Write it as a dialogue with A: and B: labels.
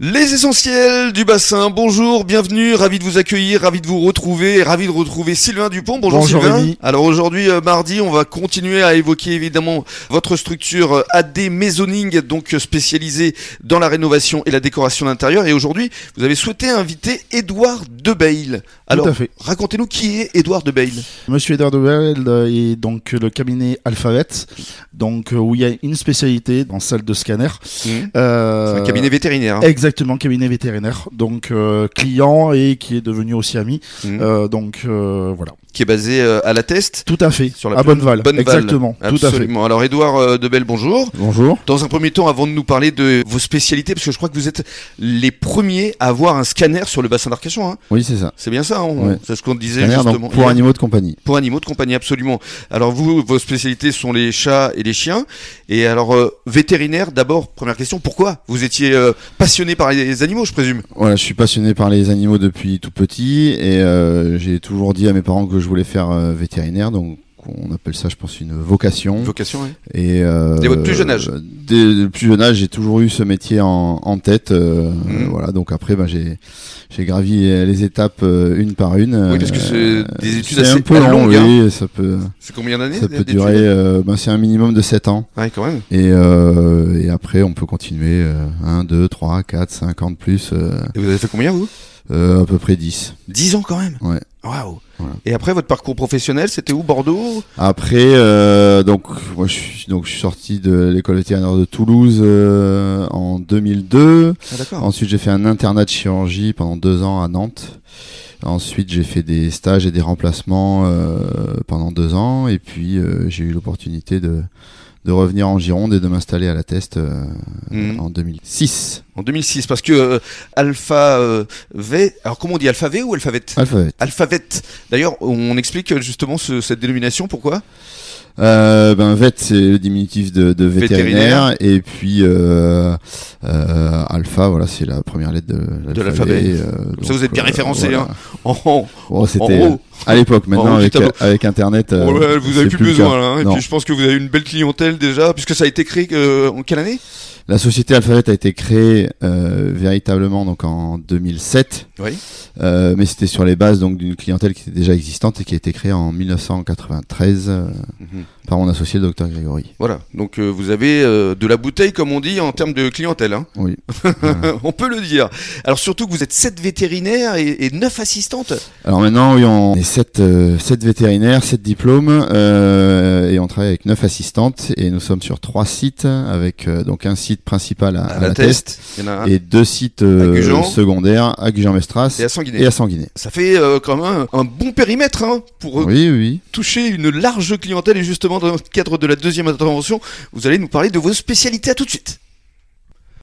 A: Les essentiels du bassin, bonjour, bienvenue, ravi de vous accueillir, ravi de vous retrouver, et ravi de retrouver Sylvain Dupont. Bonjour,
B: Bonjour,
A: Sylvain.
B: Rémi.
A: Alors aujourd'hui, euh, mardi, on va continuer à évoquer évidemment votre structure euh, AD Maisoning, donc euh, spécialisée dans la rénovation et la décoration d'intérieur. Et aujourd'hui, vous avez souhaité inviter Édouard Debail. Alors,
B: Tout à fait. Mmh.
A: racontez-nous qui est Édouard Debail.
B: Monsieur Edouard Devel euh, est donc euh, le cabinet Alphavet, donc euh, où il y a une spécialité dans salle de scanner.
A: C'est
B: Euh,
A: un cabinet vétérinaire. hein.
B: Exactement, cabinet vétérinaire. Donc euh, client et qui est devenu aussi ami.
A: Mhm.
B: Euh, donc euh, voilà.
A: Qui est basé euh, à la Teste.
B: Tout à fait.
A: Sur la
B: à
A: plus-
B: Bonneval.
A: Bonneval.
B: Exactement. Tout à fait.
A: Absolument. Alors Édouard euh, Debail, bonjour.
B: Bonjour.
A: Dans un premier temps, avant de nous parler de vos spécialités, parce que je crois que vous êtes les premiers à avoir un scanner sur le bassin d'Arcachon. hein.
C: Oui, c'est ça.
A: C'est bien ça, hein, on-
C: Ouais.
A: c'est ce qu'on disait
C: Canard,
A: justement.
C: donc, pour animaux de compagnie.
A: Pour animaux de compagnie, absolument. Alors vous, vos spécialités sont les chats et les chiens. Et alors, euh, vétérinaire, d'abord, première question, pourquoi Vous étiez euh, passionné par les animaux, je présume.
C: Voilà, je suis passionné par les animaux depuis tout petit et euh, j'ai toujours dit à mes parents que je voulais faire euh, vétérinaire, donc on appelle ça, je pense, une vocation.
A: Vocation, oui.
C: Et, euh,
A: Dès votre plus jeune âge.
C: euh, Dès le plus jeune âge, j'ai toujours eu ce métier en, en tête. euh,
A: Mhm.
C: Voilà, donc après, ben, j'ai j'ai gravi euh, les étapes euh, une par une.
A: Oui, parce que c'est
C: Euh,
A: des études
C: c'est
A: assez
C: un peu long,
A: longues, hein.
C: oui, ça peut,
A: C'est combien d'années
C: ça peut
A: d'études
C: durer. euh, ben, c'est un minimum de 7 ans.
A: Ouais, quand même.
C: Et, euh, et après, on peut continuer euh, 1, 2, 3, 4, 5 ans de plus, euh,
A: Et vous avez fait combien, vous
C: euh, à peu près 10.
A: 10 ans quand même
C: Ouais.
A: Waouh
C: Voilà.
A: Et après, votre parcours professionnel, c'était où Bordeaux
C: Après, euh, donc, moi, je suis, donc, je suis sorti de l'école vétérinaire de Toulouse euh, en 2002.
A: Ah, D'accord.
C: Ensuite, j'ai fait un internat de chirurgie pendant deux ans à Nantes. Ensuite, j'ai fait des stages et des remplacements euh, pendant deux ans. Et puis, euh, j'ai eu l'opportunité de, de revenir en Gironde et de m'installer à la Teste euh,
A: Mhm.
C: en 2006.
A: En 2006, parce que euh, Alpha euh, V, alors comment on dit Alpha V ou Alphabet
C: Alphabet.
A: Alphabet. D'ailleurs, on explique euh, justement ce- cette dénomination, pourquoi
C: Euh, ben vet c'est le diminutif de, de vétérinaire, et puis euh, euh, alpha voilà c'est la première lettre de l'alphabet.
A: l'alphabet.
C: euh,
A: ça, vous êtes bien référencé, hein. En, en-
C: Oh,
A: en
C: c'était
A: gros,
C: à l'époque
A: En
C: maintenant
A: haut du
C: avec,
A: tableau.
C: avec internet. euh,
A: Oh là, vous
C: c'est
A: avez plus,
C: le
A: besoin
C: cas.
A: là. hein. Et
C: Non.
A: puis je pense que vous avez une belle clientèle déjà, puisque ça a été créé euh, en quelle année
C: La société Alphabet a été créée euh, véritablement donc en 2007,
A: Oui.
C: euh, mais c'était sur les bases donc d'une clientèle qui était déjà existante et qui a été créée en 1993 euh,
A: Mhm.
C: par mon associé le docteur Grégory.
A: Voilà. Donc euh, vous avez euh, de la bouteille, comme on dit, en termes de clientèle. hein.
C: Oui. Voilà.
A: on peut le dire. Alors surtout que vous êtes sept vétérinaires et, et neuf assistantes.
C: Alors maintenant, oui, on est 7, vétérinaires, 7 diplômes, euh, et on travaille avec 9 assistantes, et nous sommes sur 3 sites, avec euh, donc un site principal à, à la Teste,
A: Il y en a un.
C: et deux sites
A: hein. À
C: euh,
A: Gujan.
C: secondaires à Gujan-Mestras
A: Et à Sanguinet.
C: et à Sanguinet.
A: Ça fait euh, quand même un bon périmètre hein, pour euh,
C: Oui, oui.
A: toucher une large clientèle. Et justement, dans le cadre de la deuxième intervention, vous allez nous parler de vos spécialités. À tout de suite.